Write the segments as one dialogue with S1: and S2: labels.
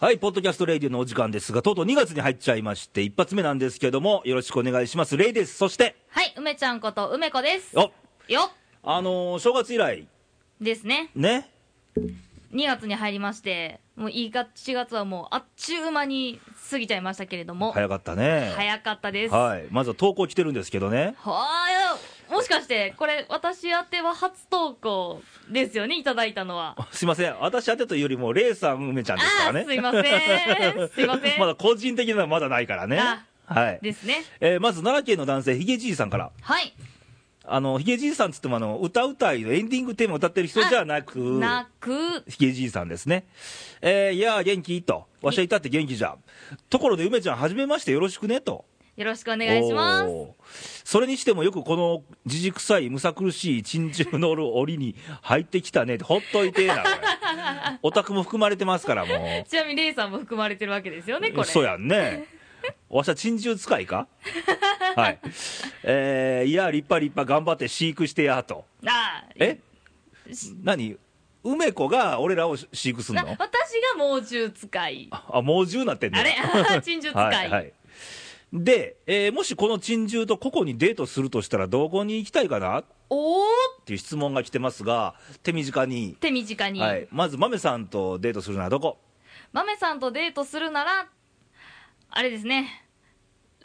S1: はい、ポッドキャストレイディオのお時間ですが、とうとう2月に入っちゃいまして、一発目なんですけども、よろしくお願いします。レイです。そして、
S2: はい、梅ちゃんこと梅子です。
S1: お
S2: よ
S1: あのー正月以来、
S2: ですね。
S1: ね、
S2: 2月に入りまして、もういいか、4月はもうあっちゅう間に過ぎちゃいましたけれども、
S1: 早かったね。
S2: 早かったです。は
S1: はい。まずは投稿来てるんですけどね。
S2: あもしかして、これ、私宛ては初投稿ですよね、いただいたのは。
S1: すいません。私宛てというよりも、レイさん、梅ちゃんですから
S2: あー、
S1: ね。
S2: すいま せん。すいません。
S1: まだ個人的なのはまだないからね
S2: あ。
S1: はい。
S2: ですね。
S1: えーまず奈良県の男性、ヒゲじいさんから。
S2: はい。
S1: あの、ヒゲじいさんっつっても、あの、歌うたいのエンディングテーマ歌ってる人じゃなく、
S2: なく、
S1: ヒゲじいさんですね。えーいやー元気と。わしゃいたって元気じゃ。ところで、梅ちゃん、はじめましてよろしくね、と。
S2: よろしくお願いします。
S1: おーそれにしてもよくこのじじくさいむさ苦しい珍獣の檻に入ってきたねってほっといてえなこ れオタクも含まれてますからも
S2: ちなみに、レイさんも含まれてるわけですよね、こ
S1: う
S2: れ。
S1: そうやんねわしは珍獣使い かはいえーいや立派立派頑張って飼育してやと
S2: あー
S1: え何梅子が俺らを飼育すん
S2: な
S1: の
S2: 私が猛獣使い。
S1: あ猛獣なってんね
S2: あ
S1: や
S2: れ 珍獣使い。
S1: はい、はい、で、えーもしこの珍獣と個々にデートするとしたらどこに行きたいかな
S2: おーっ
S1: っていう質問が来てますが、手短に、
S2: て身近に。
S1: はい、まず、豆さんとデートするのはどこ
S2: マメさんとデートするなら、あれですね。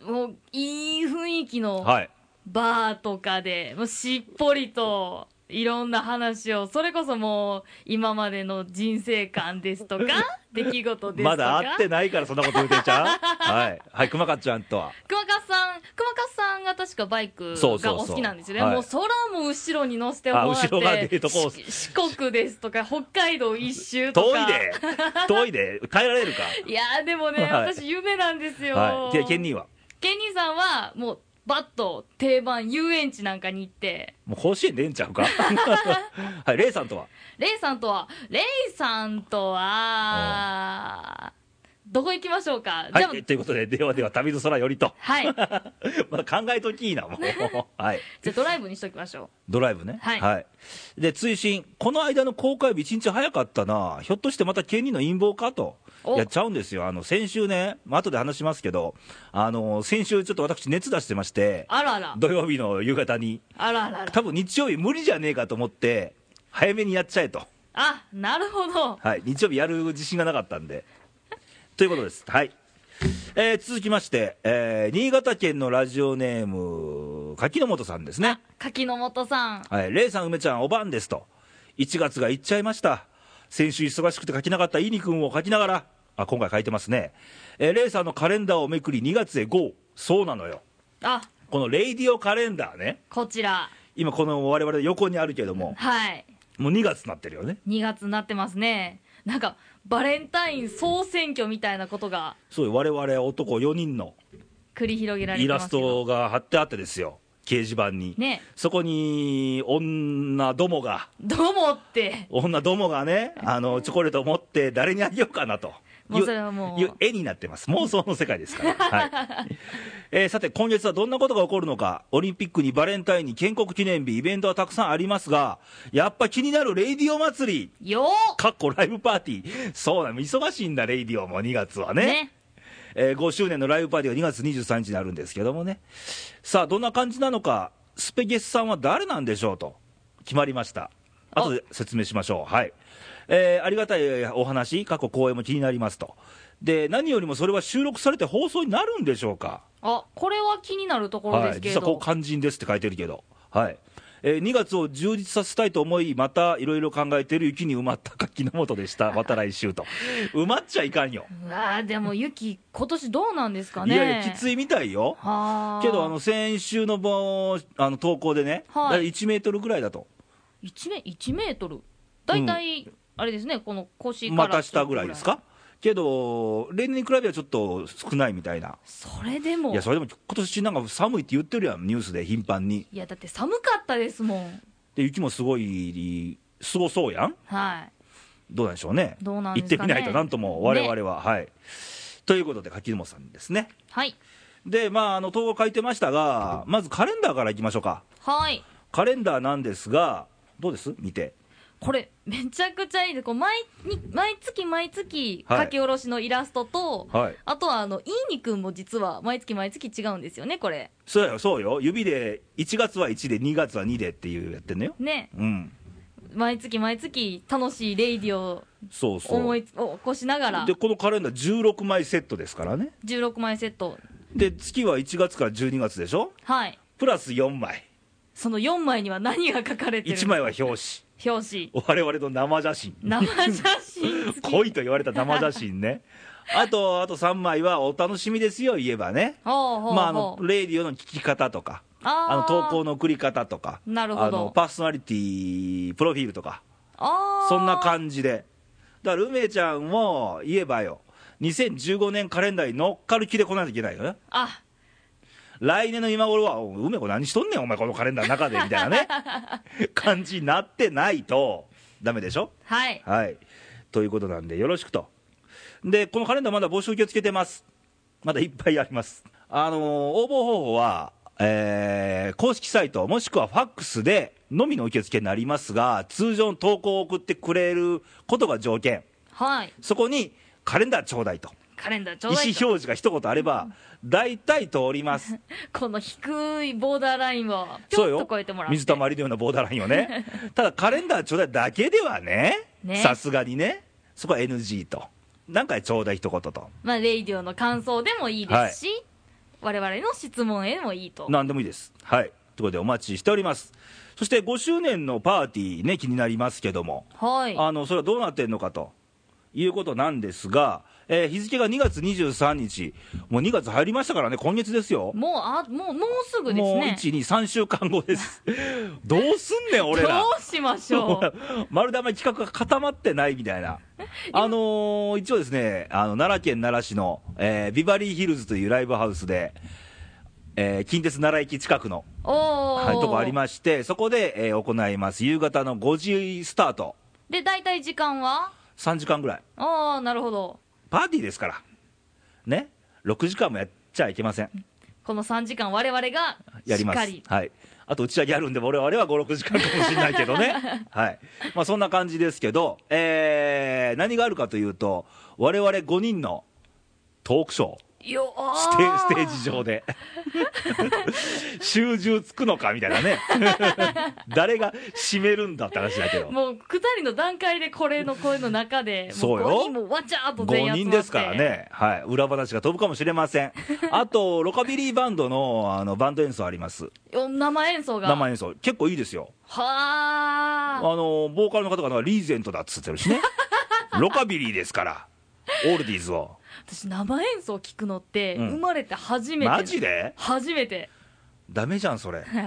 S2: もう、いい雰囲気の
S1: はい、
S2: バーとかで、もうしっぽりと、いろんな話を、それこそもう、今までの人生観です とか、出来事ですとか。
S1: まだ会ってな
S2: ない。
S1: いから、そんなこと言うてんち ゃうはい、はい、熊かちゃんとは、
S2: 熊川さん、熊川さんが確かバイク
S1: そうそう
S2: が
S1: そう
S2: お好きなんですよね。
S1: はい
S2: もう空も後ろに乗せてもらって。
S1: あ後ろがデートコース
S2: し四国ですとか、北海道一周と
S1: 遠
S2: か。
S1: いで、遠いで、帰られる
S2: いやーでもね、
S1: はい
S2: 私夢なんですよ。
S1: か、はい、で、ケンニーは、
S2: ケニーさんは、もう、バッと定番遊園地なんかに行って、
S1: もう甲子園出んちゃう か、はい、レイさんとは、
S2: レイさんとは、レイさんとは、どこ行きましょうか、
S1: は
S2: でも
S1: い、ということで、ではでは、旅の空よりと、
S2: はい。じゃ
S1: まだ考えときいいな、も う、はい、
S2: あドライブにしときま しょ
S1: ドライブね、
S2: はい
S1: で、追伸この間の公開日、一日早かったな、ひょっとしてまたケンニーの陰謀かと。
S2: お
S1: いやっちゃうんですよ、あの先週ね、まあ後で話しますけど、あの先週、ちょっと私、熱出してまし
S2: う
S1: て。、
S2: あらあら。
S1: 土曜日の夕方に、
S2: あらあらあら。
S1: 多分日曜日、無理じゃねえかと思って、早めにやっちゃえと、
S2: あ、なるほど。
S1: はい、日曜日やる自信がなかったん で。ということです、はいえー続きまして、えー新潟県のラジオネーム、柿の本さんですね。
S2: 柿の本さん。
S1: はい、レイさん、梅ちゃん、おばんですと、1月が行っちゃいました、先週忙しくて書きなかったイニ君を書きながら、あ今回書いてますね、えーレイさんのカレンダーをめくり、2月へ GO、そうなのよ、
S2: あ、
S1: このレイディオカレンダーね、
S2: こちら。
S1: 今、この我々横にあるけども、
S2: はい。
S1: もう2月になってるよね、
S2: 2月になってますね。なんか、バレンタイン総選挙みたいなことが
S1: そういう我々男4人の
S2: 繰り広げられて
S1: イラ
S2: ま
S1: ス
S2: すけ
S1: ト
S2: ど。
S1: が貼ってあってですよ、掲示板に。
S2: ね
S1: そこに女どもが、
S2: どうもって。
S1: 女どもがね、あのチョコレートを持って、誰にあげようかなとい
S2: もうそれはもう
S1: いう絵になってます、妄想の世界です から。はいえーさて、今月はどんなことが起こるのか、オリンピックにバレンタインに建国記念日、イベントはたくさんありますが、やっぱ気になるレイディオ祭り、
S2: よ
S1: かっこライブパーティー、そうなの、忙しいんだ、レイディオも2月は
S2: ー
S1: ね。えー5周年のライブパーティーが2月23日にあるんですけどもね、さあ、どんな感じなのか、スペゲスさんは誰なんでしょうと決まりました、
S2: あ
S1: 後で説明しましょう、はいえーありがたいお話、過去、公演も気になりますとで、何よりもそれは収録されて放送になるんでしょうか、
S2: あ、これは気になるところ
S1: は
S2: で
S1: い、
S2: すけ
S1: 実
S2: れ
S1: はこ
S2: ど
S1: う、。肝心ですって書いてるけど。はいえー2月を充実させたいと思い、またいろいろ考えている雪に埋まった柿の元でした、また来週 と、埋まっちゃいかんよ、
S2: うわあでも雪、今年どうなんですか
S1: い
S2: ね。
S1: やいや、きついみたいよ、
S2: はあ。
S1: けどあの先週のぼあの投稿でね、
S2: はい
S1: だい1メートルぐらいだと、
S2: 1メ、1メートル。大体、あれですね、この腰から。
S1: 股下ぐらいですか、けど、例年に比べはちょっと少ないみたいな、
S2: それでも。
S1: いや、それでも今年なんか寒いって言ってるやん、ニュースで頻繁に、
S2: いやだって寒かったですもん。
S1: で雪もすごい、すごそうやん、
S2: はい。
S1: どうなんでしょうね、
S2: どうなんですかね
S1: 行ってみないと、なんとも我々は、はい。ということで、柿沼さんですね。
S2: はい。
S1: で、まあ、あの投稿書いてましたが、まずカレンダーからいきましょうか、
S2: はい。
S1: カレンダーなんですが、どうです見て。
S2: これめちゃくちゃいいですこう毎に毎月毎月
S1: はい
S2: 書き下ろしのイラストと、
S1: はい。
S2: あとはあのいいにくんも実は毎月毎月違うんですよねこれ
S1: そうよ、そうよ。指で、1月は1で、2月は2でっていうやってんのよ。
S2: ね
S1: うん。
S2: 毎月毎月楽しいレイディを
S1: そうそう。
S2: 思い起こしながら
S1: で、このカレンダー16枚セットですからね。
S2: 16枚セット
S1: で、月は1月から12月でしょ
S2: はい
S1: プラス4枚。
S2: その4枚には何が書かれてる
S1: 1枚は表
S2: 表紙
S1: 紙。我々の生写真。
S2: 生写真付き
S1: 恋と言われた生写真ね。あと、あと3枚はお楽しみですよ、言えばね。
S2: ほうほうほう、
S1: まあ、あの、レイディオの聞き方とか、あの、投稿
S2: の
S1: の送り方とか、
S2: なるほど
S1: あの、パーソナリティ、プロフィールとか、
S2: あー
S1: そんな感じで。だから、梅ちゃんも言えばよ、2015年カレンダーに乗っかる気で来ないといけないよね。
S2: あ
S1: 来年の今頃は、お梅子何しとんねん、お前、このカレンダーの中で、みたいなね、感じになってないと、ダメでしょ
S2: はい
S1: はい。ということなんで、よろしくと。で、このカレンダーまだ募集受け付けてます。まだいっぱいあります。あのー応募方法は、えー公式サイト、もしくはファックスでのみの受付になりますが、通常の投稿を送ってくれることが条件。
S2: はい
S1: そこに、カレンダーちょうだいと。
S2: カレンダーち
S1: 意
S2: ょう
S1: 思
S2: だい
S1: 表
S2: と
S1: 示が一言あれば、大体通ります。
S2: この低いボーダーラインをぴ
S1: そ
S2: ょ
S1: う
S2: っ
S1: よ
S2: と超えてもらって
S1: 水たまりのようなボーダーラインを ねただカレンダーちょうだいだけではね
S2: ね
S1: さすがにねそこは NG と何回ちょうだい一言と
S2: まあレイディオの感想でもいいですし、我々の質問へもいいと
S1: 何でもいいですはいということでお待ちしておりますそして5周年のパーティーね気になりますけども
S2: はい
S1: あのそれはどうなってんのかということなんですが、えー日付が2月23日もう2月入りましたからね今月ですよ
S2: もうあもうもうすぐです
S1: もう
S2: ね
S1: 123週間後です どうすんねん俺ら
S2: どうしましょう
S1: まるであんまり企画が固まってないみ たいな、あのー一応ですね、あの奈良県奈良市の、えービバリーヒルズというライブハウスで、えー近鉄奈良駅近くの、
S2: おお、
S1: はい、とこありまして、そこで、えー行います、夕方の5時スタート、
S2: で大体時間は
S1: 3時間ぐらい、
S2: ああなるほど
S1: パーティーですから、ね、6時間もやっちゃいけません、
S2: この3時間我々が
S1: や
S2: し
S1: り
S2: っ
S1: ま
S2: か
S1: す
S2: り、
S1: はい、あと打ち上げあるんで、我々は5、6時間かもしれないけど ね、はいまあ、そんな感じですけど、えー何があるかというと、我々5人のトークショー、
S2: よあ
S1: ステステージ上で、 集中つくのかみたいな ね、誰が締めるんだって話だけど、
S2: もう2人の段階でこれの声の中でも
S1: そうよ
S2: 5人もわちゃーっと全員集
S1: 5
S2: まって
S1: 人ですからね、はい、裏話が飛ぶかもしれません、あと、ロカビリーバンドのあのバンド演奏あります、
S2: よ生演奏が
S1: 生演奏、結構いいですよ。
S2: はあ
S1: あのボーカルの方がなんかリーゼントだっつってるし ねロカビリーですからオールディーズを
S2: 私生演奏聞くのって
S1: うん
S2: 生まれて初めて、
S1: マジで
S2: 初めて
S1: ダメじゃんそれ
S2: ちょっ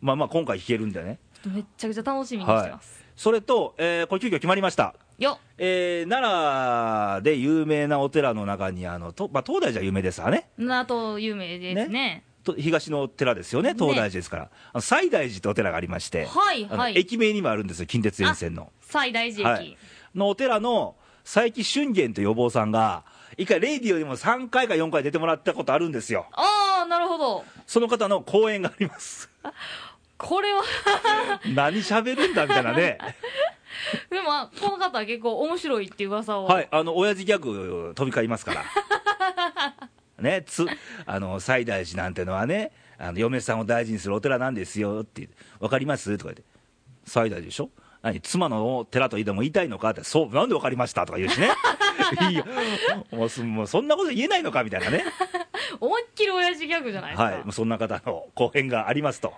S1: まあまあ今回弾けるんでね
S2: とめっちゃくちゃ楽しみにしてます、
S1: それと、えーこれ急遽決まりました
S2: よ
S1: えー奈良で有名なお寺の中にあの、とまあ、東大寺は有名ですわね
S2: なと有名ですね
S1: と東のお寺ですよね東大寺ですから、あの西大寺ってお寺がありまして、
S2: はい
S1: あの
S2: はい
S1: 駅名にもあるんですよ近鉄沿線の
S2: 最大寺駅、
S1: はい、のお寺の佐伯俊玄というお坊さんが、一回、レイディオにも3回か4回出てもらったことあるんですよ、
S2: ああなるほど
S1: その方の講演があります、
S2: これは
S1: 何喋るんだみたいなね、
S2: でもこの方は結構面白いっていう噂を、
S1: はい、あの親父ギャグ飛び交いますから、ね、つあの西大寺なんてのはね、あの嫁さんを大事にするお寺なんですよって、分かりますとか言って、西大寺でしょ何妻の寺といいでも言いたいのかって、そう、なんで分かりましたとか言うしね、いいよもうすもうそんなこと言えないのかみたいなね、
S2: 思いっきり親父ギャグじゃないですか
S1: はい、もうそんな方の講演がありますと、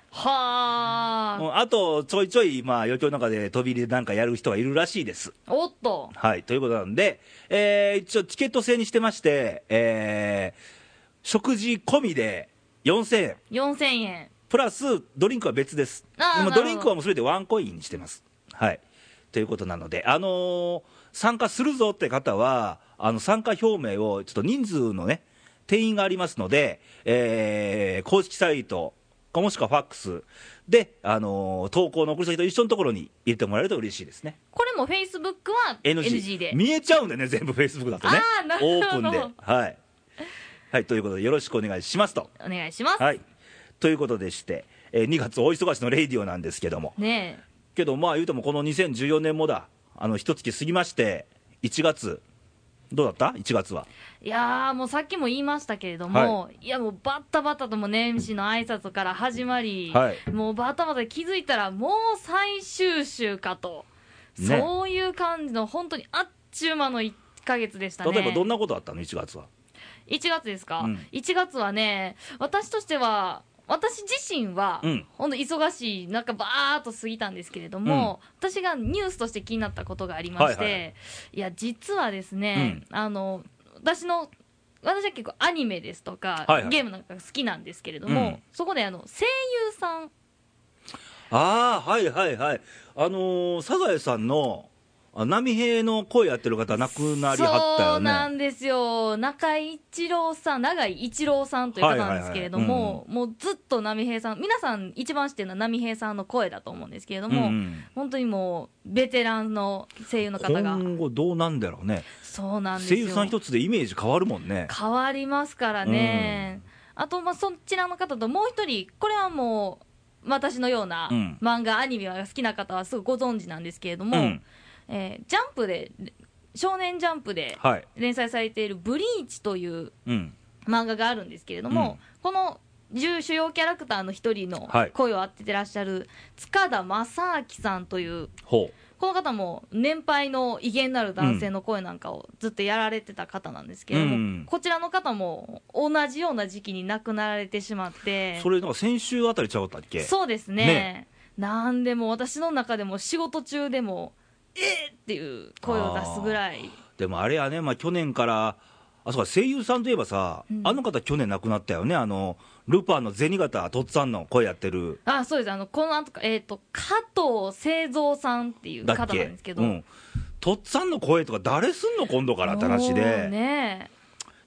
S1: う
S2: はあ、
S1: んあとちょいちょい、まあ、余興の中で飛び入りでなんかやる人がいるらしいです。
S2: おっと
S1: はい、ということなんで、えー一応、チケット制にしてまして、えー食事込みで4000円、
S2: 4000円
S1: プラスドリンクは別です、
S2: あー
S1: でも
S2: なるほど
S1: ドリンクはもうすべてワンコインにしてます。はい、ということなので、あのー参加するぞって方は、あの参加表明をちょっと人数のね、定員がありますので、えー公式サイト、もしくはファックスで、あのー投稿の送り先と一緒のところに入れてもらえると嬉しいですね。
S2: これもフェイスブックは
S1: NG,
S2: NG で
S1: 見えちゃうんでね、全部、フェイスブックだとね
S2: あーな、
S1: オ
S2: る
S1: ー
S2: ほ
S1: プ
S2: ど
S1: ンで。はい、はい、ということで、よろしくお願いしますと。
S2: お 願いします、
S1: はい、ということでして、えー2月、大忙しのレイディオなんですけども、
S2: ね
S1: けどまあ言うてもこの2014年もだあの一月過ぎまして1月どうだった1月はい
S2: やーもうさっきも言いましたけれども、い、やもうバッタバタとも年始の挨拶から始まり、
S1: はい
S2: もうバタバタ気づいたらもう最終週かと、
S1: ね
S2: そういう感じの本当にあっちゅう間の1ヶ月でしたね
S1: 例えばどんなことあったの1月は
S2: 1月ですか、
S1: うん
S2: 1月はね私としては私自身は、
S1: うん
S2: ほんと忙しいなんかバーっと過ぎたんですけれども、私がニュースとして気になったことがありまして、
S1: はい
S2: い
S1: はいは
S2: や実はですね、あの私の私は結構アニメですとか、
S1: はいはい
S2: ゲームなんか好きなんですけれども、
S1: うん
S2: そこであの声優さん
S1: ああはいはいはいあのーサザエさんのあ波平の声やってる方亡くなりはった
S2: そ
S1: よ
S2: うな
S1: ね
S2: んですよ中井一郎さん永井一郎さんという方なんですけれど
S1: はいはいはい
S2: ももうずっと波平さん皆さん一番知ってるのは波平さんの声だと思うんですけれども、
S1: うんうん
S2: 本当にもうベテランの声優の方が
S1: 今後どうなんだろうね
S2: そうなんです
S1: 声
S2: よ
S1: 優さん一つでイメージ変わるもんね
S2: 変わりますからね、あと、まあ、そちらの方ともう一人これはもう私のような
S1: うん
S2: 漫画、アニメが好きな方はすぐご存知なんですけれども、
S1: うん
S2: えージャンプで「少年ジャンプ」で
S1: はい
S2: 連載されている「ブリーチ」という
S1: うん
S2: 漫画があるんですけれども、この重主要キャラクターの一人の
S1: はい
S2: 声を当ててらっしゃる塚田正明さんという
S1: ほ
S2: この方も年配の威厳なる男性の声なんかをずっとやられてた方なんですけれども、
S1: うん
S2: こちらの方も同じような時期に亡くなられてしまって
S1: うそれなんか先週あたりちゃうかったっけ
S2: そうですね
S1: ね
S2: なんでも私の中でも仕事中でもえー、っていう声を出すぐらい
S1: でもあれやね、まあ、去年から、あそうか声優さんといえばさ、
S2: うん
S1: あの方、去年亡くなったよね、あのルパンの銭形とっつぁんの声やってる、
S2: あそうですあのこの後かえっ、と加藤清三さんっていう
S1: だ
S2: 方な
S1: っ
S2: ん
S1: け、
S2: ですけど、
S1: うん、とっつぁんの声とか、誰すんの、今度からって話
S2: もう
S1: で、
S2: ね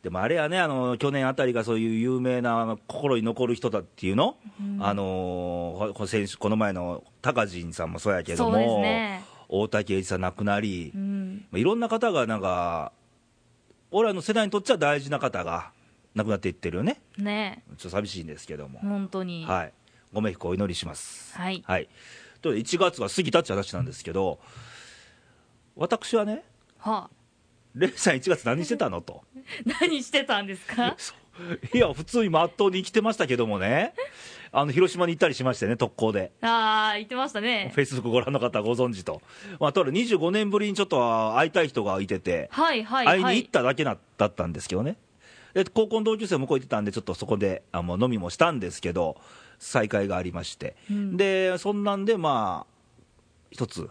S1: でもあれやねあの、去年あたりがそういう有名なあの心に残る人だっていうの、あのーこ先週この前の高陣さんもそうやけど
S2: そうです
S1: も、
S2: ね
S1: 大竹栄一さん亡くなり
S2: う、ん
S1: まあいろんな方がなんか、俺らの世代にとっちゃ大事な方が亡くなっていってるよね。
S2: ね
S1: ちょっと寂しいんですけども、
S2: 本当に
S1: はい、ご冥福をお祈りします。
S2: はい
S1: はい、ということで1月が過ぎたって話なんですけど、私はね、
S2: はあ
S1: レイさん、1月何してたのと、
S2: 何してたんですか
S1: いや、普通にまっとうに生きてましたけどもね、あの広島に行ったりしましてね、特攻で、
S2: ああ、言ってましたね
S1: フ。ェイスブックご覧の方、ご存知と、まあ、とある25年ぶりにちょっと会いたい人がいてて、
S2: はいはいは
S1: 会いに行
S2: い
S1: っ。ただけなだったんですけどね、で高校の同級生も向こう行ってたんで、ちょっとそこであもう飲みもしたんですけど、再会がありまして、
S2: うん
S1: でそんなんで、まあ、一つ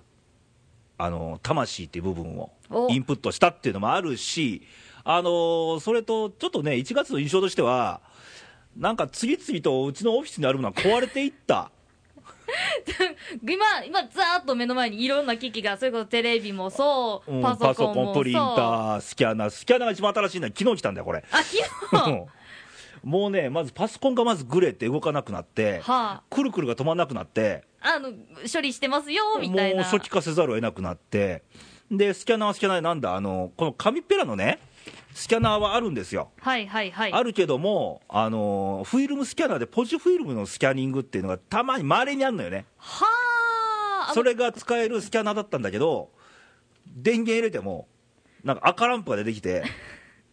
S1: あの、魂っていう部分を
S2: お
S1: インプットしたっていうのもあるし、あのそれとちょっとね、1月の印象としては、なんか次々とうちのオフィスにあるものが壊れていった。
S2: 今、今、ざーっと目の前にいろんな機器が、それこそテレビもそう、
S1: うん
S2: パソコンもそう。
S1: プリンター、スキャナー、スキャナーが一番新しいのは昨日来たんだよ、これ。
S2: あ、昨日。
S1: もうね、まずパソコンがまずグレて動かなくなって、
S2: は
S1: くるくるが止まらなくなって、
S2: あ、あの、処理してますよ、み
S1: も
S2: たいな。
S1: う初期化せざるを得なくなって、で、スキャナーはスキャナーでなんだ、あのこの紙ペラのね、スキャナーはあるんですよ。
S2: はいはいはい。
S1: あるけども、あのフィルムスキャナーでポジフィルムのスキャニングっていうのがたまに稀にあるのよね。
S2: はあ。
S1: それが使えるスキャナーだったんだけど、電源入れても、なんか赤ランプが出てき て、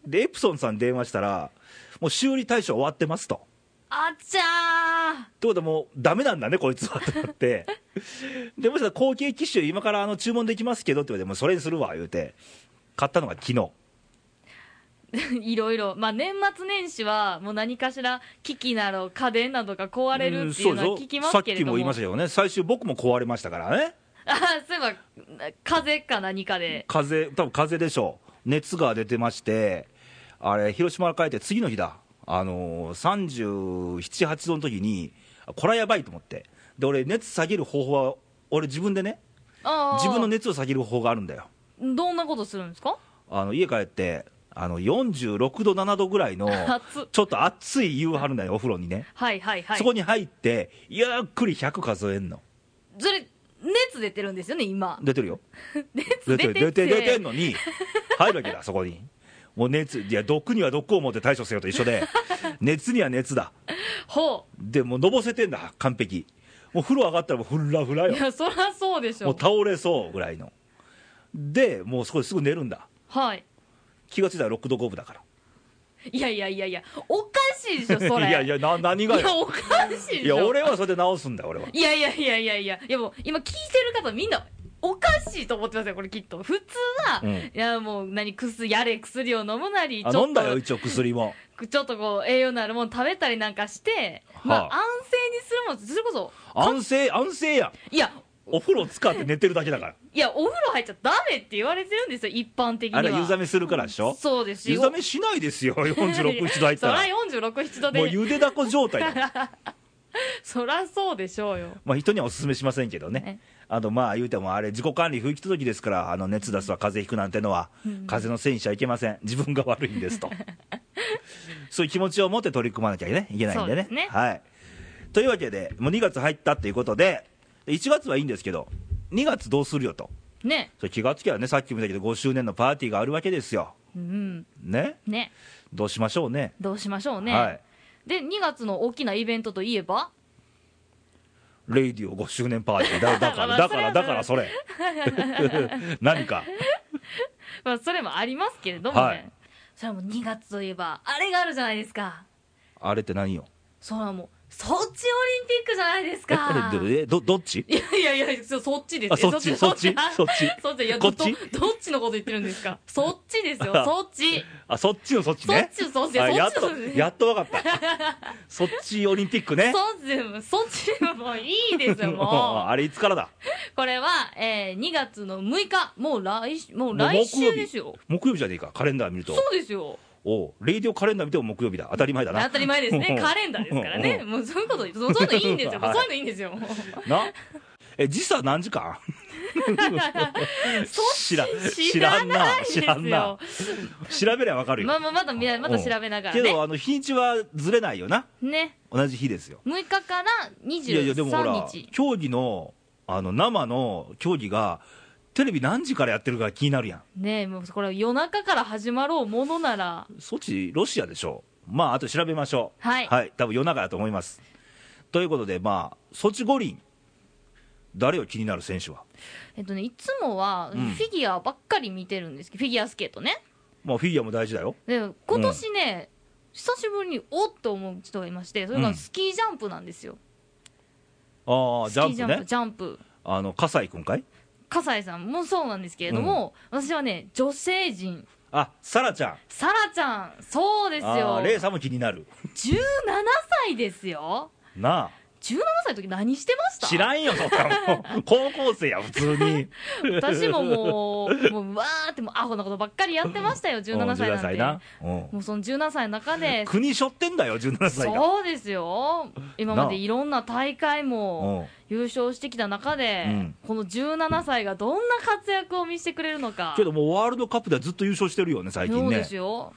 S1: で、エプソンさんに電話したら、もう修理対象終わってますと。
S2: あちゃ
S1: ってことはもうダメなんだねこいつはってなって でもしかしたら後継機種今からあの注文できますけどって言われてもうそれにするわ言うて買ったのが昨日
S2: ー。 いろいろ。まあ、年末年始は、もう何かしら、機器など、家電などが壊れるっていうのは聞きま
S1: さっ
S2: すけれ
S1: き
S2: ども。
S1: も言いましたけどね最終僕も壊れましたからね
S2: あ、 そういえば、風邪か何かで。
S1: 風邪多分風邪でしょう熱が出てましてあれ広島から帰って次の日だあのー、378度の時にあこれはやばいと思ってで俺熱下げる方法は俺自分でね
S2: ああ。
S1: 自分の。熱を下げる方法があるんだよ
S2: どんなことするんですか
S1: あの家帰ってあの46度、7度ぐらい の
S2: 熱っ
S1: ちょっと熱い湯張るんだよ、お風呂にね、
S2: はいはいはい。
S1: そこに入って、ゆっくり100数えんの、
S2: それ、熱出てるんですよね、今。
S1: 出てるよ、
S2: 熱
S1: 出
S2: 出
S1: て
S2: て
S1: る、
S2: て
S1: 出てる出てんのに、入るわけだ、そこに、もう熱、いや、毒には毒を持って対処せよと一緒で、熱には熱だ、
S2: ほ
S1: でもうのぼせてんだ、完璧、もう風呂上がったらもうフラフラ
S2: い
S1: よ
S2: やそりゃそうでし
S1: もう
S2: ょ
S1: 倒れそうぐらいのでもうそこですぐ寝るんだ
S2: はい
S1: 気がついたらロックドゴーブだから
S2: いやいやいやいやおかしいでしょそれ
S1: いやいやな何が
S2: いや
S1: よ
S2: おかし
S1: い
S2: いでし
S1: や
S2: ょ
S1: 俺はそれで直すんだ俺はい
S2: やいやいやいやいやいやもう今聞いてる方みんなおかしいと思ってますよこれきっと普通は、
S1: うん
S2: いやもう何薬やれ薬を飲むなりちょ
S1: あ
S2: っ
S1: 飲んだよ
S2: と
S1: 一応薬も
S2: ちょっとこう栄養のあるもの食べたりなんかして、ま
S1: はあ
S2: あ安静にするものそれこそ
S1: 安静安静やん
S2: いや
S1: お風呂使って寝てるだけだから
S2: いやお風呂入っちゃダメって言われてるんですよ一般的には
S1: あれは湯冷めするからでしょ
S2: そうです
S1: 湯冷めしないですよ46一度入ったら
S2: そら467度で
S1: もうゆでだこ状態だ
S2: そらそうでしょうよ
S1: まあ、人にはお勧めしませんけどね、
S2: ね
S1: あとまあ言うても、あれ、自己管理不行き届きですから、あの熱出すわ、風邪ひくなんてのは、風邪のせいにしちゃいけません、自分が悪いん ですと、そういう気持ちを持って取り組まなきゃねいけないんで
S2: そう
S1: ね。
S2: ですね
S1: はい、というわけで、もう2月入ったということで、1月はいいんですけど、2月どうするよと、
S2: ね
S1: それ気がつきゃね、さっきも言ったけど、5周年のパーティーがあるわけですよ、
S2: うん
S1: ね、
S2: ね
S1: どうしましょうね。
S2: どうしましょうね、
S1: はい
S2: で2月の大きなイベントといえば
S1: レイディオ5周年パーティーだだ からだからだからそれ何か
S2: まあ、それもありますけれどもね、
S1: はい
S2: それはもう2月といえばあれがあるじゃないですか
S1: あれって何よ
S2: それはもうソチオリンピックじゃないですか
S1: えどどっち
S2: いやいやいやそそっちです
S1: あそっち
S2: え
S1: そっちそっち
S2: そっちいや
S1: こっち
S2: どどっちのこと言ってるんですかそっちですよそっち
S1: あそっちのそっちね
S2: そっちそっち
S1: あやっ
S2: そっ
S1: と
S2: ちの
S1: やっと分かったそっちオリンピックね
S2: そっちでもそっちでももういいですよもう
S1: あれいつからだ
S2: これは、えー、2月の6日もう来しもう来
S1: もう
S2: 週
S1: 木曜日
S2: ですよ
S1: 木曜日じゃねえかカレンダー見ると
S2: そうですよ
S1: おうレイディオカレンダー見ても木曜日だ当たり前だな
S2: 当たり前ですねカレンダーですからね
S1: うん
S2: もうそういうことそういうのいいんですよ、
S1: はい
S2: そういうのいいんですよもう
S1: なえ時差何時 間知ら知
S2: 知
S1: ら
S2: ら
S1: ん
S2: ない
S1: な
S2: です
S1: 知
S2: よ
S1: らんな調べりゃ分かるよ、
S2: まあまあまだ見ないまだ調べながら
S1: けど
S2: ね
S1: あの日にちはずれないよな
S2: ね
S1: 同じ日ですよ
S2: 6日から23日
S1: いやいやでもほら競技のあの生の競技がテレビ何時からやってるか気になるやん
S2: ねえもうこれ夜中から始まろうものなら
S1: そっちロシアでしょまああと調べましょう
S2: はい
S1: 多分夜中だと思いますということでまあソチ五輪誰を気になる選手は
S2: えっとねいつもはフ
S1: ん
S2: ィギュアばっかり見てるんですけど、フィギュアスケートね
S1: まあフィギュアも大事だよ
S2: で今年ね、久しぶりにおっと思う人がいましてそれがスキージャンプなんですよ、
S1: ああ
S2: ス
S1: ジ
S2: キ
S1: ャ
S2: ー
S1: ン
S2: ジ
S1: プ
S2: ャンプ
S1: ね
S2: ジャンプ
S1: あの葛西君かい
S2: 葛西さんもそうなんですけれども、私はね女性陣
S1: あサラちゃん
S2: サラちゃんそうです
S1: あ
S2: よ
S1: あレイさんも気になる
S2: 17歳ですよ
S1: な
S2: 17歳の時何してまし
S1: あ
S2: た
S1: 知らんよそっかもう 高校生や普通に
S2: 私ももう、 もうわーってもうアホなことばっかりやってまし たよ、17歳
S1: うん17
S2: なん
S1: 歳
S2: て。
S1: な、うん、
S2: もうその17歳の中 で、
S1: 国背負ってんだよ17歳が
S2: そうですよ、今までいろんな大会も
S1: うん
S2: 優勝してきた中で、
S1: うん
S2: この17歳がどんな活躍を見せてくれるのか。
S1: けどもうワールドカップではずっと優勝してるよね最
S2: そ
S1: 近
S2: うで
S1: ね
S2: すよ。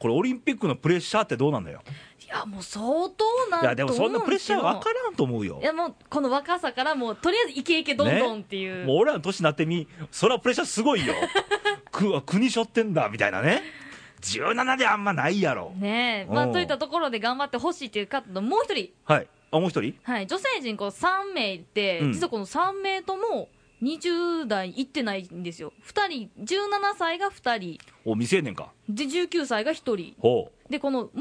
S1: これオリンピックのプレッシャーってどうなのよ
S2: いや、もう相当ない
S1: やでもそんなプレッシャー分
S2: わ
S1: からんと思うよ
S2: いや、もうこの若さからもう、とりあえずイケイケどんどんっていう。
S1: もう俺らの年になってみそりゃプレッシャーすごいよ く国背負ってんだみたいなね17であんまないやろ
S2: ねえ、ま
S1: う
S2: あ、
S1: ん
S2: といったところで頑張ってほしいっていう方のもう一人、
S1: はいあもう一人
S2: はい、女性人こう3名いて、
S1: うん
S2: 実はこの3名とも20代いってないんですよ2人17歳が2人
S1: お未成年か
S2: で19歳が1人
S1: ほ
S2: でこのもう1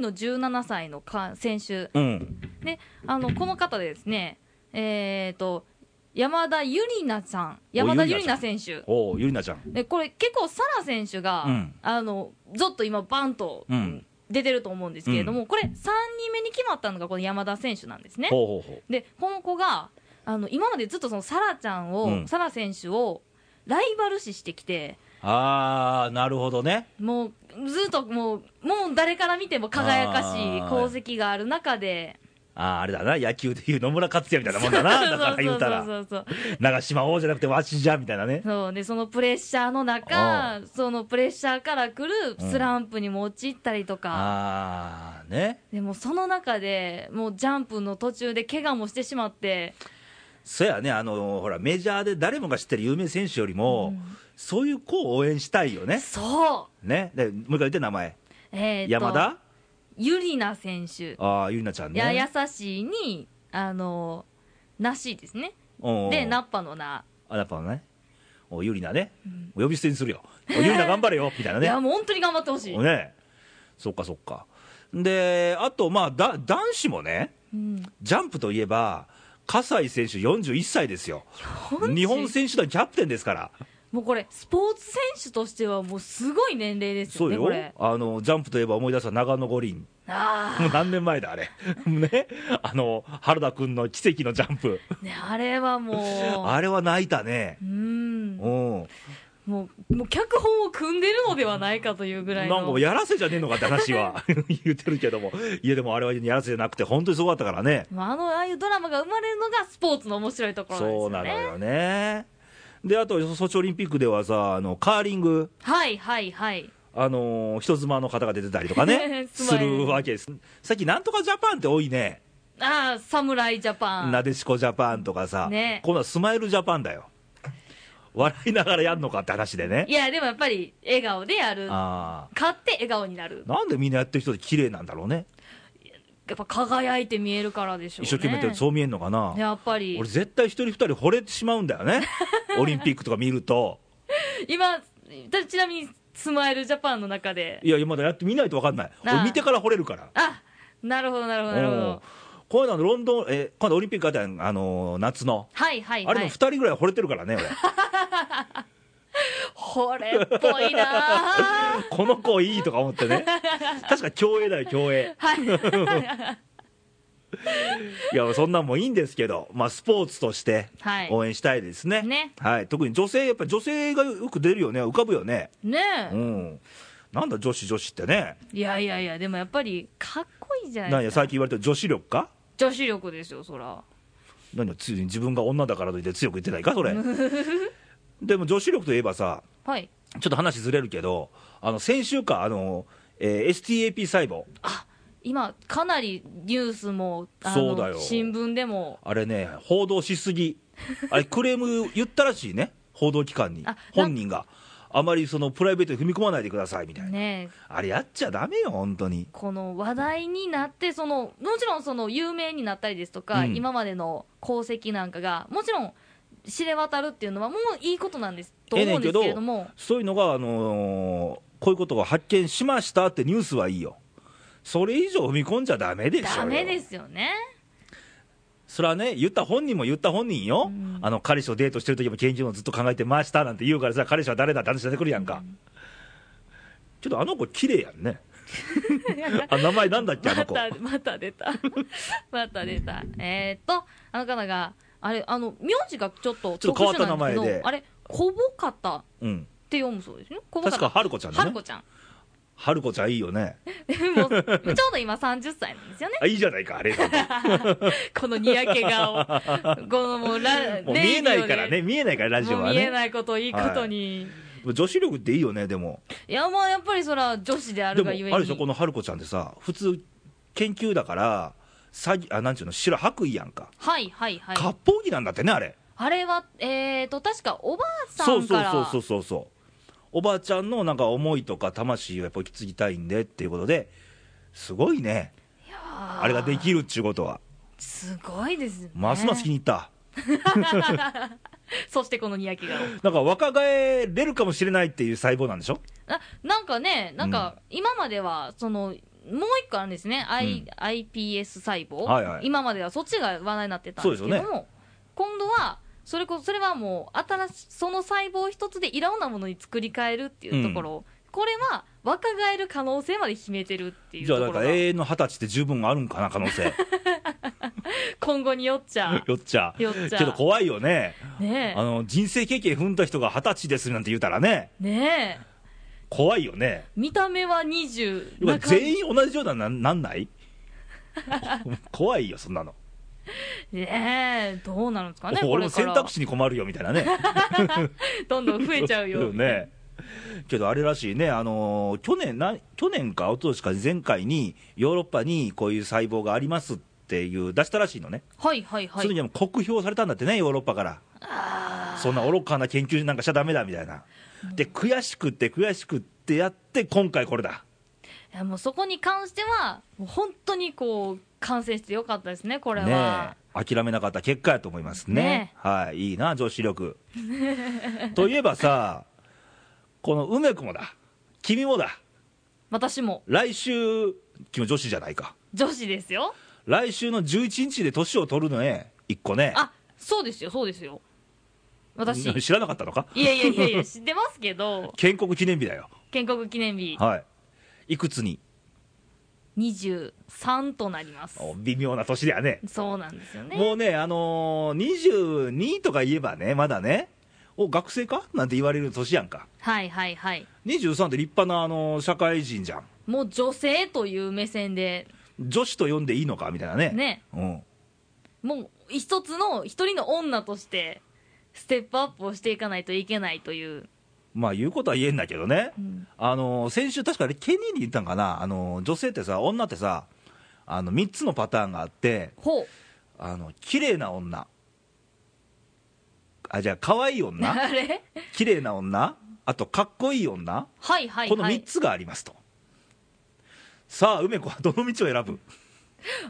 S2: 人の17歳のか選手
S1: ううん
S2: ねあのこの方ですねえー、と山田ゆりなさん山田ゆりな選手
S1: おうゆりなちゃん
S2: でこれ結構サラ選手が、
S1: うん
S2: あのゾッと今バンと
S1: うん
S2: 出てると思うんですけれども、これ3人目に決まったのがこの山田選手なんですね
S1: ほうほうほう
S2: でこの子があの今までずっとそのサラちゃんを、
S1: うん
S2: サラ選手をライバル視してきて
S1: ああなるほどね
S2: もうずっともうもう誰から見ても輝かしい
S1: あー
S2: 功績がある中で
S1: あーあれだな野球でいう野村克也みたいなもんだ なだから言うたら
S2: そうそうそうそう
S1: 長島王じゃなくてわしじゃみたいなね
S2: そうでそのプレッシャーの中そのプレッシャーから来るスランプに陥ったりとか、
S1: ああね
S2: でもその中でもうジャンプの途中で怪我もしてしまって
S1: そやね、あのほら、メジャーで誰もが知ってる有名選手よりも、そういう子を応援したいよね、
S2: そ
S1: ねでもう一回言って、名前、
S2: う、えー、と
S1: 山田、
S2: ゆりな選手
S1: ああ、ゆりなちゃん
S2: いや
S1: ね、
S2: 優しいにあの梨ですね
S1: おうおう
S2: でナッパの名、
S1: あやっぱねおゆりなね
S2: うん
S1: お呼び捨てにするよおゆりな頑張れよみたいないね
S2: やもう本当に頑張ってほしい、
S1: ねそっかそっかであとまあだ男子もね
S2: うん
S1: ジャンプといえば葛西選手41歳ですよ
S2: 40
S1: 日本選手団キャプテンですから
S2: もうこれスポーツ選手としてはもうすごい年齢です
S1: そ
S2: よ
S1: う
S2: ね
S1: よ
S2: これ
S1: あのジャンプといえば思い出した長野五輪
S2: あ
S1: もう何年前だあれ ねあの原田君の奇跡のジャンプ
S2: あ、ね、あれはも う
S1: あれは泣いたね
S2: うん
S1: う
S2: も
S1: ん
S2: うもう脚本を組んでるのではないかというぐら
S1: ないん
S2: の
S1: かもうやらせじゃねえのかって話は 言ってるけどもいやでもあれはやらせじゃなくて本当にすごかったからね
S2: まあ、あのああいうドラマが生まれるのがスポーツの面白いところなんです
S1: そうな
S2: よ
S1: の
S2: ね
S1: よねであとソチオリンピックではさあのカーリング
S2: はいはいはい
S1: あのー人妻の方が出てたりとかね
S2: ね、
S1: するわけです。さっきなんとかジャパンって多いね。
S2: ああ侍ジャパン
S1: なでしこジャパンとかさ、
S2: ね
S1: 今度はスマイルジャパンだよ。笑いながらやんのかって話でね
S2: い。やでもやっぱり笑顔でやる
S1: あ
S2: 勝って笑顔になる
S1: ーなんでみんなやってる人って綺麗なんだろうね。
S2: やっぱ輝いて見えるからでしょう、ね、
S1: 一生懸命やってるそう見えんのかな。
S2: やっぱり
S1: 俺絶対一人二人惚れてしまうんだよ ね。オリンピックとか見ると。
S2: 今だちなみにスマイルジャパンの中で
S1: いやいや、まだやってみないと分かんない。
S2: あー
S1: 俺見てから惚れるから。
S2: あなるほどなるほどなるほ
S1: うん
S2: ど
S1: この間のロンドン、え、今度オリンピックあったやんあのー夏の。
S2: はいはい
S1: あれ
S2: は
S1: の
S2: い
S1: 二人ぐらい惚れてるから ね、俺。
S2: これっぽい なあ
S1: この子いいとか思ってね確か競泳だよ競泳 いやそんなんもいいんですけど、まあ、スポーツとして
S2: はい
S1: 応援したいですね,、
S2: ね
S1: はい、特に女性やっぱ女性がよく出るよね浮かぶよね
S2: ね
S1: う
S2: え
S1: んなんだ女子女子ってね
S2: いやいやいやでもやっぱりかっこいいじゃな
S1: 何
S2: いで
S1: や
S2: すか
S1: 最近言われてる女子力か
S2: 女子力ですよそら
S1: 何やつい自分が女だからといって強く言ってないかそ れでも女子力といえばさ
S2: はい
S1: ちょっと話ずれるけどあの先週かあの、えー STAP 細胞
S2: 今かなりニュースもあ
S1: そうだよ
S2: の新聞でも
S1: あれね、報道しすぎ、あれ、クレーム 言ったらしいね、報道機関に
S2: あなん、
S1: 本人が、あまりそのプライベートに踏み込まないでくださいみたいな、
S2: ねえ
S1: あれやっちゃだめよ、本当に。
S2: この話題になってそのもちろんその有名になったりですとか、
S1: うん
S2: 今までの功績なんかがもちろん知れ渡るっていうのはもういいことなんですと
S1: ええ
S2: 思
S1: ね
S2: う
S1: ん
S2: んで
S1: け
S2: す
S1: ど
S2: けれども、
S1: そういうのが、あのーこういうことが発見しましたってニュースはいいよ、それ以上踏み込んじゃだめでしょ、
S2: ダメで。すよね
S1: それはね、言った本人も言った本人よ、
S2: うん
S1: あの彼氏とデートしてる時も研究のずっと考えてましたなんて言うからさ、彼氏は誰だって話出てくるやんか。ちょっとあの子綺麗やん ね。あ名前なんだっけあの
S2: ま
S1: 子。
S2: たまた出た また出たえー、っとあの方があれあの名字がちょっと
S1: ちょっと
S2: 特
S1: 変わっ
S2: 殊
S1: た
S2: なんですけ
S1: 名前で
S2: どあれ小保方っ
S1: うん。
S2: て読むそうですね小保
S1: 確か
S2: 方
S1: 春子ちゃんだ
S2: 春
S1: ね
S2: 子ちゃん
S1: 春子ちゃんいいよね
S2: もうちょうど今30歳なんですよね
S1: あいいじゃないか あれ
S2: このにや け顔。このもうラ、
S1: もう見えないからね見えないからラ
S2: ラ
S1: ジ
S2: ジオ
S1: オ
S2: で。も
S1: は
S2: う見え
S1: ね
S2: ないことをいいことに。
S1: 女子力っていいよねでも
S2: い、や、まあやっぱりそら女子であ
S1: で
S2: る
S1: もあ
S2: が
S1: れ
S2: ゆえに。
S1: でしょこの春子ちゃんってさ普通研究だから詐欺あなんちゅうの白白衣やんか
S2: はいはいはい。
S1: 割烹着なんだってねあれ
S2: あれは、えーと、確かおばあさ
S1: そうんそ
S2: か
S1: う
S2: ら。
S1: そうそうそうそうおばあちゃんのなんか思いとか魂をやっぱ引き継ぎたいんでっていうことですごいね
S2: あ
S1: あれができ
S2: る。
S1: るっちゅうことは
S2: すごいですね。
S1: ますます気に入った、
S2: そしてこのにやけ顔。
S1: なんか若返れるかもしれないっていう細胞なんでしょ
S2: あなんかね、なんか今までは、その、もう一個あるんですね、I iPS 細胞、
S1: はいはい
S2: 今まではそっちが話題になってたんですけど
S1: そう
S2: も、
S1: です
S2: 今度は、それこそそれはもう新し、その細胞一つでいろんなものに作り変えるっていうところ、これは若返る可能性まで秘めてるっていう
S1: じゃ
S2: と
S1: あ
S2: こ
S1: な
S2: ろ
S1: んか
S2: が、
S1: 永遠の二十歳って十分あるんかな可能 性、
S2: 今後によっちゃ
S1: よっちゃ。
S2: よっちゃ
S1: けど怖いよね。
S2: ね
S1: あの、人生経験踏んだ人が二十歳ですなんて言うたらね、
S2: え、ねえ、
S1: 怖いよね。
S2: 見た目は20、
S1: 要は
S2: 中身
S1: 全員同じようななんなんない 怖いよ、そんなの。
S2: ねえ、どうなるんですかね、こ
S1: 俺
S2: れ
S1: も
S2: か
S1: 選
S2: ら
S1: 択、肢に困るよみたいなね。
S2: どんどん増えち ゃうよ。
S1: ね。けどあれらしいね、あのー去年な、去年か、おととしか前回に、ヨーロッパにこういう細胞がありますっていう、出したらしいのね、
S2: はいはいは
S1: それ
S2: い。
S1: には酷評されたんだってね、ヨーロッパから。
S2: あー
S1: そんな愚かな研究なんかしちゃだめだみたいな、で悔しくって悔しくってやって、今回これだ、
S2: いやもうそこに関しては、もう本当にこう、完成してよかったですね、これ
S1: ね
S2: は。
S1: え諦めなかった結果やと思いますね。
S2: ね
S1: はい、いいな、女子 力。といえばさ、この梅子もだ、君もだ、
S2: 私も
S1: 来週、君女子じゃないか。
S2: 女子ですよ
S1: 来週の11日で年を取るのね、一個ね。
S2: あそうですよそうですよ私い
S1: 知らなかったのか
S2: やいやいやい や知ってますけど
S1: 建国記念日だよ。
S2: 建国記念日
S1: はい。いくつに
S2: 23となります
S1: お微妙な年だよね。
S2: そうなんですよね
S1: もうね、あのー、22とか言えばね、まだね、お学生かなんて言われる年やんか、
S2: はいはいはい
S1: 23って立派な、あのー社会人じゃん、
S2: もう女性という目線で
S1: 女子と呼んでいいのかみたいなね、
S2: ね
S1: うん、
S2: もう一つの一人の女としてステップアップをしていかないといけないという、
S1: まあ言うことは言えんだけどね、
S2: うん
S1: あのー先週、確かにケニーに言ったんかな、あのー女性ってさ、女ってさ、あの3つのパターンがあって、
S2: ほう
S1: あの綺麗な女、あじゃあ、可愛い女、
S2: あれ
S1: 綺麗な女、あとかっこいい女。
S2: はいはいはい
S1: この3つがありますと、さあ梅子はどの道を選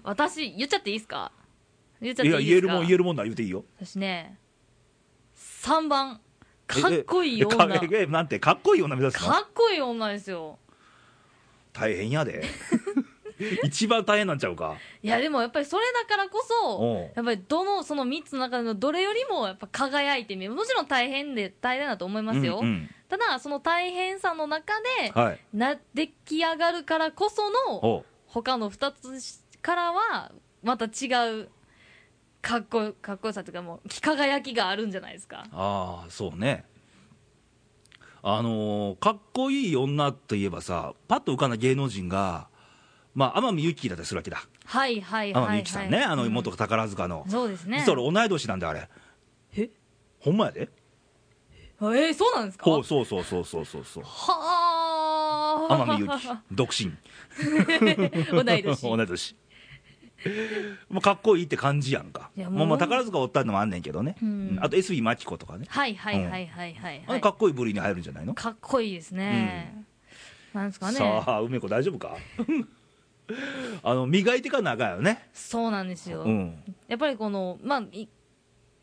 S2: 私言っちゃっていいですか言っちゃっ
S1: ぶ
S2: て
S1: い
S2: いい
S1: や
S2: です
S1: 言える
S2: か
S1: もん言えるもんなら言うていいよ
S2: 私ね3番かっこいい女
S1: ええかえ なんてかっこいい女目指すの
S2: かっこいい女ですよ
S1: 大変や で一番大変なんちゃうか
S2: いやでもやっぱりそれだからこ
S1: お
S2: そうやっぱりどのその3つの中のどれよりもやっぱ輝いてみるもちろん大変で大変だと思いますよ、
S1: うんうん
S2: ただその大変さの中で
S1: はい
S2: な出来上がるからこその
S1: おう
S2: 他の2つからはまた違うかっこかっこよさというかもう輝きがあるんじゃないですか
S1: ああそうねあのーかっこいい女といえばさパッと浮かんだ芸能人がまあ天海祐希だったりするわけだ
S2: はいはいはい、
S1: 天
S2: は
S1: 海
S2: い、
S1: 祐希さんね、あの元宝塚の、
S2: そうですね
S1: 実は俺同い年なんだよあれ
S2: え
S1: ほんまやで
S2: あえー、そうなんですか
S1: ほうそうそうそうそうそうそう
S2: はあ
S1: 天海 祐希独身
S2: 同 い年
S1: 同い年もうかっこいいって感じやんか
S2: いやもう
S1: もうまあ宝塚おったのもあんねんけどね、
S2: うん
S1: うんあと SB 真紀子とかね、
S2: はいはいはいはいはい、
S1: あ
S2: は
S1: の
S2: い
S1: かっこいい部類に入るんじゃないの、
S2: かっこいいですね、なんですかね
S1: さあ梅子大丈夫かあの磨いてかなあかんよね
S2: そうなんですよ、
S1: うん
S2: やっぱりこのまあい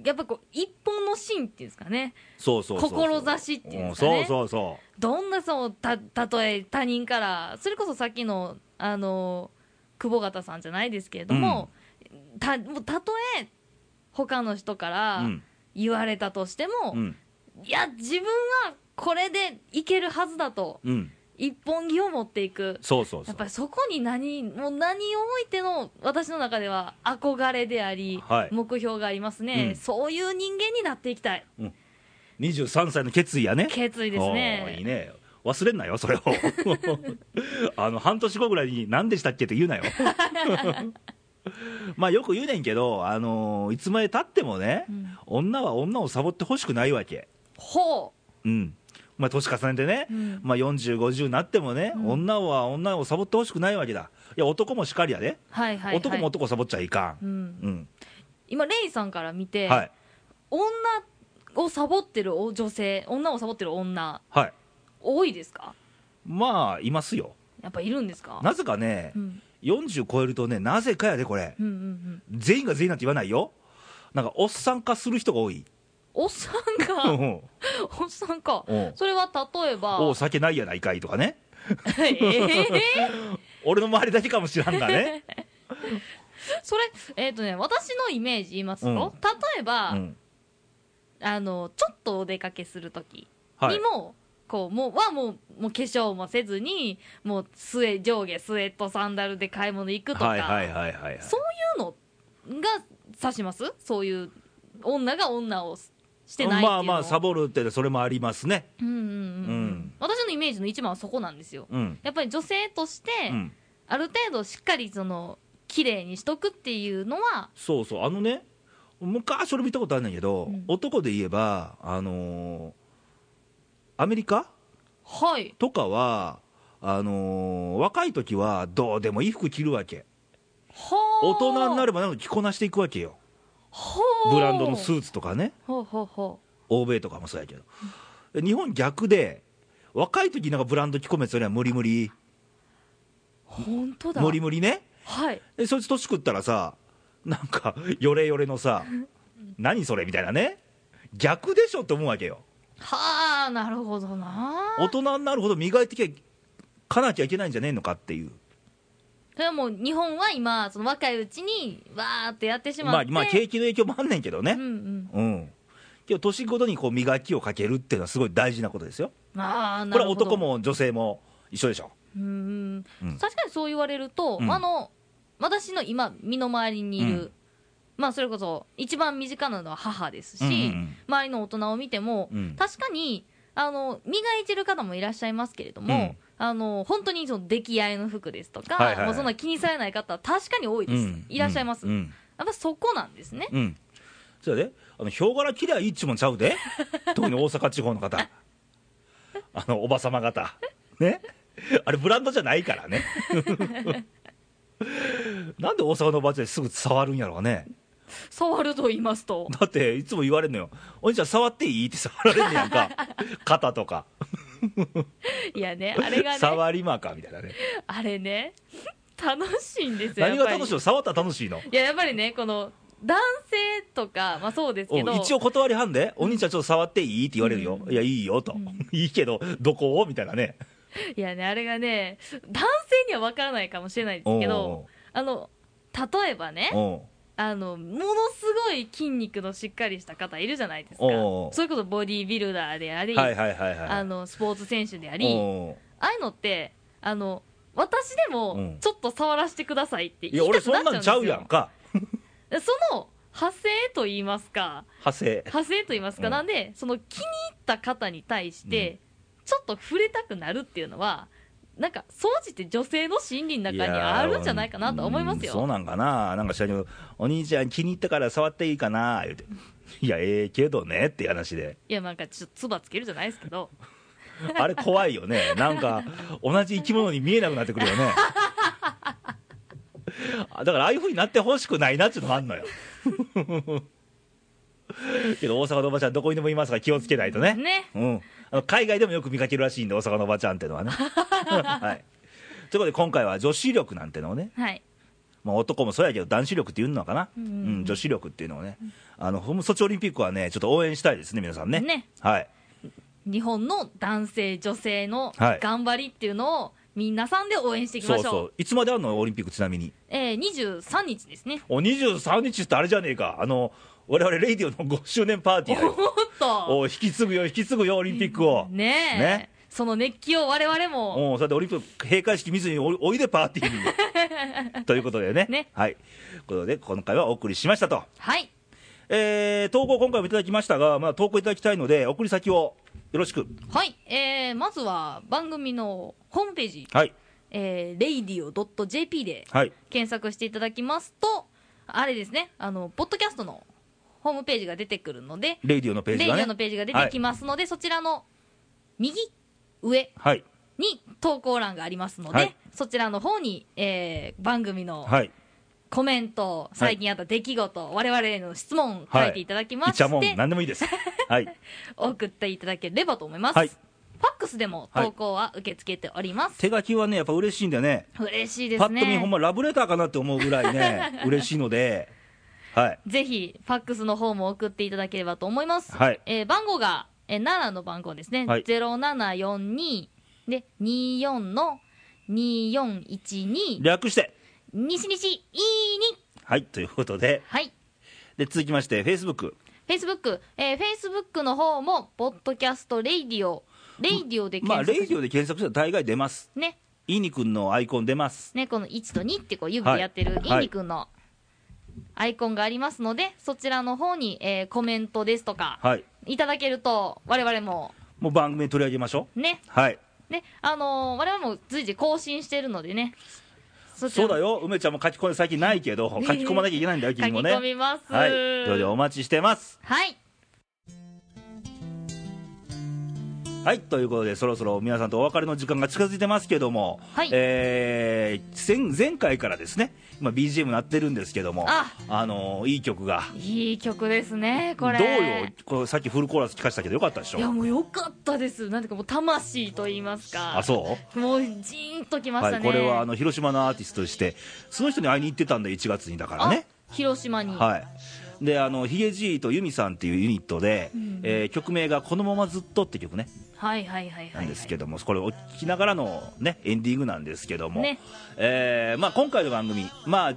S2: やっぱこう一本の芯っていうんですかね
S1: そうそうそうそう
S2: 志っていうんですかね
S1: んそうそうそ
S2: どんなそうた例え他人からそれこそさっきのあの久保方さんじゃないですけれども、たもうたとえ他の人か
S1: う
S2: ら
S1: うん
S2: 言われたとしても、
S1: うん
S2: いや自分はこれでいけるはずだと
S1: うん
S2: 一本気を持っていく
S1: そうそうそ
S2: やっ
S1: う
S2: ぱりそこに何もう何を置いての私の中では憧れであり、
S1: はい
S2: 目標がありますね、
S1: うん
S2: そういう人間になっていきたい
S1: 23歳の決意やね
S2: 決意ですね
S1: おーいいね忘れんなよそれを あの半年後ぐらいに何でしたっけって言うなよ まあよく言うねんけど、あのーいつまでたってもね、
S2: うん
S1: 女は女をサボってほしくないわけ
S2: ほ
S1: うんまあ年重ねてね、
S2: うん
S1: まあ4050になってもね、
S2: うん
S1: 女は女をサボってほしくないわけだいや男もしかりやで、
S2: うはいはい、はい、
S1: 男も男をサボっちゃいか
S2: うんん、
S1: うん、
S2: 今レイさんから見て、
S1: はい
S2: 女をサボってる女性女をサボってる女
S1: はい
S2: 多いですか
S1: まあいますよ
S2: やっぱいるんですか
S1: なぜかね、
S2: うん
S1: 40超えるとねなぜかやでこれ
S2: うんうんうん
S1: 全員が全員なんて言わないよなんかおっさん化する人が多い
S2: おっさん
S1: う
S2: か
S1: ん
S2: おっさんか
S1: うん
S2: それは例えば
S1: おう酒ないやないかいとかね
S2: えー
S1: 俺の周りだけかもしらんが ね
S2: それえっ、とね私のイメージ言いますと、
S1: うん
S2: 例えば、
S1: うん
S2: あのちょっとお出かけするとき
S1: は
S2: に
S1: い
S2: も、こうもうはもうもう化粧もせずにもう末上下スウェットサンダルで買い物行くとか、
S1: はいはいはいはいはい
S2: そういうのが指しますそういう女が女をしてないっていう
S1: ま
S2: の
S1: あまあサボるってそれもありますね
S2: うんうんうん、う
S1: うんん、
S2: 私のイメージの一番はそこなんですよ
S1: うん、
S2: やっぱり女性として、
S1: うん、
S2: ある程度しっかりその綺麗にしとくっていうのは
S1: そうそうあのね昔俺見たことあるんだけど、
S2: うん
S1: 男で言えばあのーアメリカ
S2: はい
S1: とかはあのー若い時はどうでもいい服着るわけ
S2: はあ
S1: 大人にな
S2: る
S1: ればなんか着こなしていくわけよ
S2: はあ
S1: ブランドのスーツとかね
S2: ほうほうほ
S1: 欧米とかもそうやけど、で日本逆で、若い時なんかブランド着込めそれは無理無理、
S2: う本当だ
S1: 無理無理ね、
S2: はい
S1: でそいつ年食ったらさ、なんかよれよれのさ何それみたいなね逆でしょって思うわけよ
S2: はあなるほどな
S1: 大人になるほど磨いてきかなきゃいけないんじゃねえのかっていう
S2: それはもう日本は今その若いうちにわーってやってしま
S1: ま
S2: っ
S1: あ
S2: て、
S1: まあ景気の影響もあんねんけど
S2: うん
S1: ね
S2: うん
S1: うんけど年ごとにこう磨きをかけるっていうのはすごい大事なことですよ
S2: まあな
S1: これ
S2: る
S1: は
S2: ほど
S1: 男も女性も一緒でしょ
S2: うん
S1: うん
S2: 確かにそう言われると、
S1: うん
S2: あの私の今身の回りにいる、
S1: うん
S2: まあそれこそ一番身近なのは母ですし、
S1: うんうん
S2: 周りの大人を見ても、
S1: うん
S2: 確かにあの磨いてる方もいらっしゃいますけれども、
S1: うん
S2: あの本当にその出来合いの服ですとか、
S1: はいはいはい
S2: もうそんな気にされない方は確かに多いです、
S1: うん
S2: いらっしゃいます、
S1: うんう
S2: や
S1: ん
S2: っぱそこなんですね、
S1: うんそれであのヒョウ柄切りゃいいっちゅうもんちゃう で特に大阪地方の方あのおばさま方ねあれブランドじゃないから ねなんで大阪のおばあちゃんにすぐ触るんやろうね
S2: 触ると言いますと
S1: だっていつも言われるのよ「お兄ちゃん触っていい?」って触られんねやん か肩とか
S2: いやねあれがね
S1: 触りまかみたいなね
S2: あれね楽しいんですよ
S1: 何が楽しい
S2: やっぱ
S1: の触ったら楽しいの
S2: りいややっぱりねこの男性とかまあそうですけど
S1: お一応断りはんで「お兄ちゃんちょっと触っていい?」って言われるよ「いやいいよ」と「いいけどどこを?」みたいなね
S2: いやねあれがね男性には分からないかもしれないですけど
S1: お
S2: あの例えばね
S1: うお
S2: あのものすごい筋肉のしっかりした方いるじゃないですか
S1: おう
S2: それこそボディービルダーであ
S1: う
S2: り、
S1: はいはいはいはい
S2: あのスポーツ選手であ
S1: お
S2: り
S1: う
S2: ああいうのってあの私で
S1: う
S2: も
S1: ん
S2: ちょっと触らせてくださいって
S1: い
S2: 言
S1: や
S2: いた
S1: 俺
S2: く
S1: そんな
S2: な
S1: ん
S2: っ
S1: ち
S2: ちゃ
S1: ゃ
S2: うん
S1: う
S2: です
S1: や
S2: よ
S1: んか
S2: その派生と言いますか
S1: 派生
S2: 派生と言いますか、
S1: うん
S2: なんでその気に入った方に対して、ちょっと触れたくなるっていうのはなんか総じて女性の心理の中にあるんじゃないかなと思います
S1: うんそう
S2: よ。
S1: なんかななんか知らんけど「お兄ちゃん気に入ったから触っていいかな」言うて「いやええけどね」っていう話で
S2: いやなんかちょっと唾つけるじゃないですけど
S1: あれ怖いよねなんか同じ生き物に見えなくなってくるよね あだからああいうふうになってほしくないなっていうのもあんのよ けど大阪のおばちゃんどこにでもいますから気をつけないとね
S2: ね
S1: うん、あの海外でもよく見かけるらしいんで大阪のおばちゃんっていうの はね、はい、ということで今回は女子力なんてのをね、
S2: はい
S1: まあ、男もそうやけど男子力っていうのかな、
S2: う
S1: うんん
S2: うんうん
S1: 女子力っていうのをねあのほんまソチオリンピックはねちょっと応援したいですね皆さんね
S2: ね
S1: はい
S2: 日本の男性女性の
S1: はい
S2: 頑張りっていうのを皆さんで応援していきま
S1: そ
S2: しょ
S1: う
S2: う
S1: そういつまであるのオリンピックちなみに
S2: えー、23日ですね
S1: お23日ってあれじゃねえかあの我々レイディオの5周年パーテ
S2: お
S1: ィーだよ
S2: ーっと
S1: お引き継ぐよ引き継ぐよオリンピックを
S2: ねえ
S1: ね
S2: その熱気を我々も
S1: おうそれでオリンピック閉会式見ずにおおいでパーティー にということでね
S2: ね
S1: はいということで今回はお送りしましたと
S2: はい
S1: えー投稿今回もいただきましたが、まあ、投稿いただきたいので送り先をよろしく
S2: はい、えー、まずは番組のホームページ
S1: はい
S2: えー、radio.jp で
S1: はい
S2: 検索していただきますと、あれですね、あの、ポッドキャストのホームページが出てくるので、
S1: レイディオのページ
S2: レイ
S1: が
S2: デ
S1: ね
S2: ィオのページが出てきますので、そちらの右上
S1: はい
S2: に投稿欄がありますので、
S1: はい
S2: そちらの方に、えー番組の
S1: はい
S2: コメント、最近あった出来事、我々への質問書いていただきま
S1: い
S2: して、
S1: ちゃもん何でもいいですはい
S2: 送っていただければと思います。
S1: はい
S2: ファックスでも投稿は受け付けております。
S1: 手書きはねやっぱ嬉しいんだよね
S2: 嬉しいです
S1: パ
S2: ね。
S1: ッと見ほんまラブレターかなって思うぐらい ね嬉しいのではい
S2: ぜひ、ファックスの方も送っていただければと思います。
S1: はい
S2: えー番号が、えー、7の番号ですね。
S1: はい
S2: 0742で、24の2412、
S1: 略して
S2: 西西いいに。
S1: はいということで
S2: はい。
S1: で続きましてフェイスブック
S2: Facebook、えー、Facebook の方も、ポッドキャストレイディオ、レイディオで
S1: まあ
S2: 検
S1: レ
S2: 索
S1: イディオで検索したら大概出ます
S2: ね。
S1: いいにくんのアイコン出ます
S2: ね、この1と2ってこう指でやってる、
S1: はい
S2: インリ君のアイコンがありますので、そちらの方に、えーコメントですとか、
S1: はい
S2: いただけると、我々も、
S1: もう番組に取り上げましょう
S2: ね、
S1: はい
S2: ね、あのー我々も随時更新してるのでね。そ
S1: そうだ
S2: よ。
S1: よ梅ちゃんも書き込んで最近ないけど書き込まなきゃいけないんだよ
S2: 書き
S1: 君もね
S2: 込みます。
S1: はいということでお待ちしてます
S2: はい。
S1: はいということでそろそろ皆さんとお別れの時間が近づいてますけども、
S2: はい
S1: えー前前回からですね今 BGM 鳴ってるんですけども
S2: あ
S1: のーいい曲が
S2: いい曲ですね、これ。
S1: どうよこれさっきフルコーラス聞かせたけどよかったでし
S2: いや、
S1: ょ
S2: もうよかったです。なんていうか、もう魂と言いますか。
S1: あそう
S2: もう、ジーンときまし
S1: は
S2: た
S1: い、
S2: ね。
S1: これはあの広島のアーティストとしてその人に会いに行ってたんで1月にだからね
S2: あ広島に、
S1: はい、であのヒゲじいとユミさんっていうユニットで、
S2: うん
S1: えー曲名が「このままずっと」って曲ね
S2: はいはいはいはい
S1: なんですけ
S2: ど
S1: ども、これを聞きながらの、ね、エンディングなんですけども、
S2: ね
S1: えーまあ、今回の番組、まあ、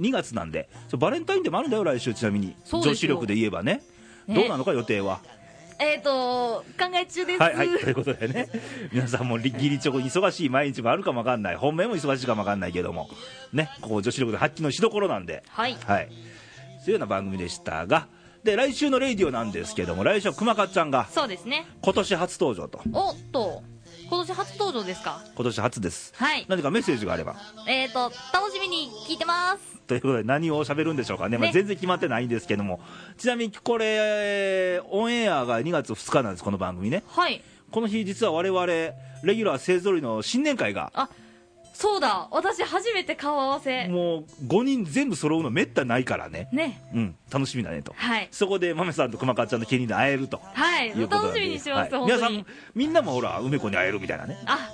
S1: 2月なんでちょバレンタインデーもあるんだよ来週ちなみに
S2: そうですよ
S1: 女子力で言えばね
S2: ね
S1: どうなのか予定は、
S2: えっ、と考え中です、
S1: はいはいということでね皆さんもギリチョコ忙しい毎日もあるかもわかんない本命も忙しいかもわかんないけどもねここ女子力で発揮のしどころなんで
S2: はい
S1: はいそういうような番組でしたがで来週のレイディオなんですけども来週はくまかっちゃんが
S2: そうですね
S1: 今年初登場と
S2: おっと今年初登場ですか
S1: 今年初です
S2: はい
S1: 何かメッセージがあれば
S2: えっ、と楽しみに聞いてます
S1: ということで何を喋るんでしょうかね、まあ、
S2: ね
S1: 全然決まってないんですけども、ちなみにこれオンエアが2月2日なんですこの番組ね
S2: はい
S1: この日実は我々レギュラー勢ぞろいの新年会が
S2: あそうだ私初めて顔合わ せ
S1: もう5人全部揃うのめったないからね
S2: ね
S1: うん楽しみだねと
S2: はい
S1: そこで豆さんと熊川ちゃんの芸人で会えると
S2: はい
S1: いうことなん
S2: 楽
S1: で
S2: しみにしてます、
S1: はい
S2: 本
S1: 皆
S2: 当
S1: さ
S2: に
S1: んみんなもほら梅子に会えるみたいな ね
S2: あ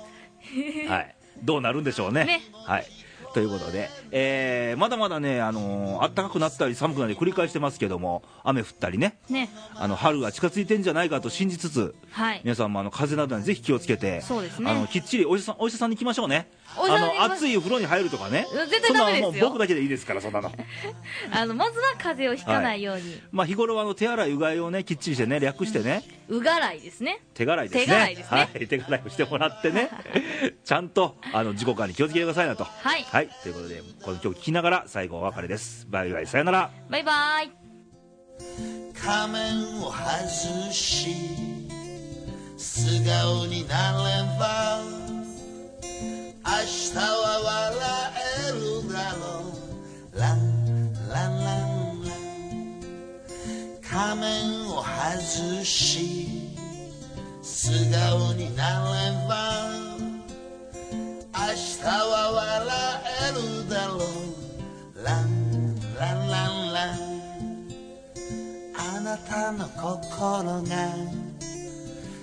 S1: はい、どうなるんでしょうね。
S2: ね
S1: はいということで、えーまだまだね、あのー暖かくなったり寒くなったり繰り返してますけども雨降ったりね
S2: ね
S1: あの春が近づいてんじゃないかと信じつつ
S2: はい
S1: 皆さんもあの風邪などにぜひ気をつけて
S2: そうですね
S1: あのきっちりお医者さんお医者さんに行きましょうね
S2: お医者さんに行きま
S1: あ
S2: しょう
S1: の暑い風呂に入るとかね
S2: うん絶対ダメで
S1: そん
S2: すよ
S1: なのもう僕だけでいいですからそんな の。
S2: あのまずは風邪をひかないように、
S1: まあ、日頃はあの手洗いうがいをねきっちりしてね略してね、
S2: うがらいですね
S1: 手洗いですね
S2: 手洗いですね
S1: はい、手洗いをしてもらって ねちゃんとあの自己管理気をつけてくださいなと
S2: はい
S1: はい、ということでこの曲聴きながら最後お別れですバイバイさよなら
S2: バイバイ
S3: 仮面を外し素顔になれば明日は笑えるだろうランランランラン仮面を外し素顔になれば明日は笑えるだろうランランランランあなたの心が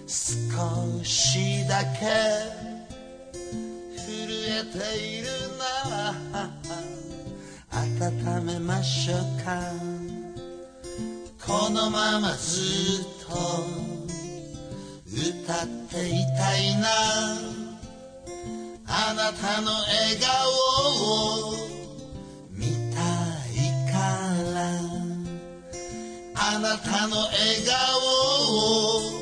S3: 少しだけ震えているなら温めましょうかこのままずっと歌っていたいなあなたの笑顔を見たいからあなたの笑顔を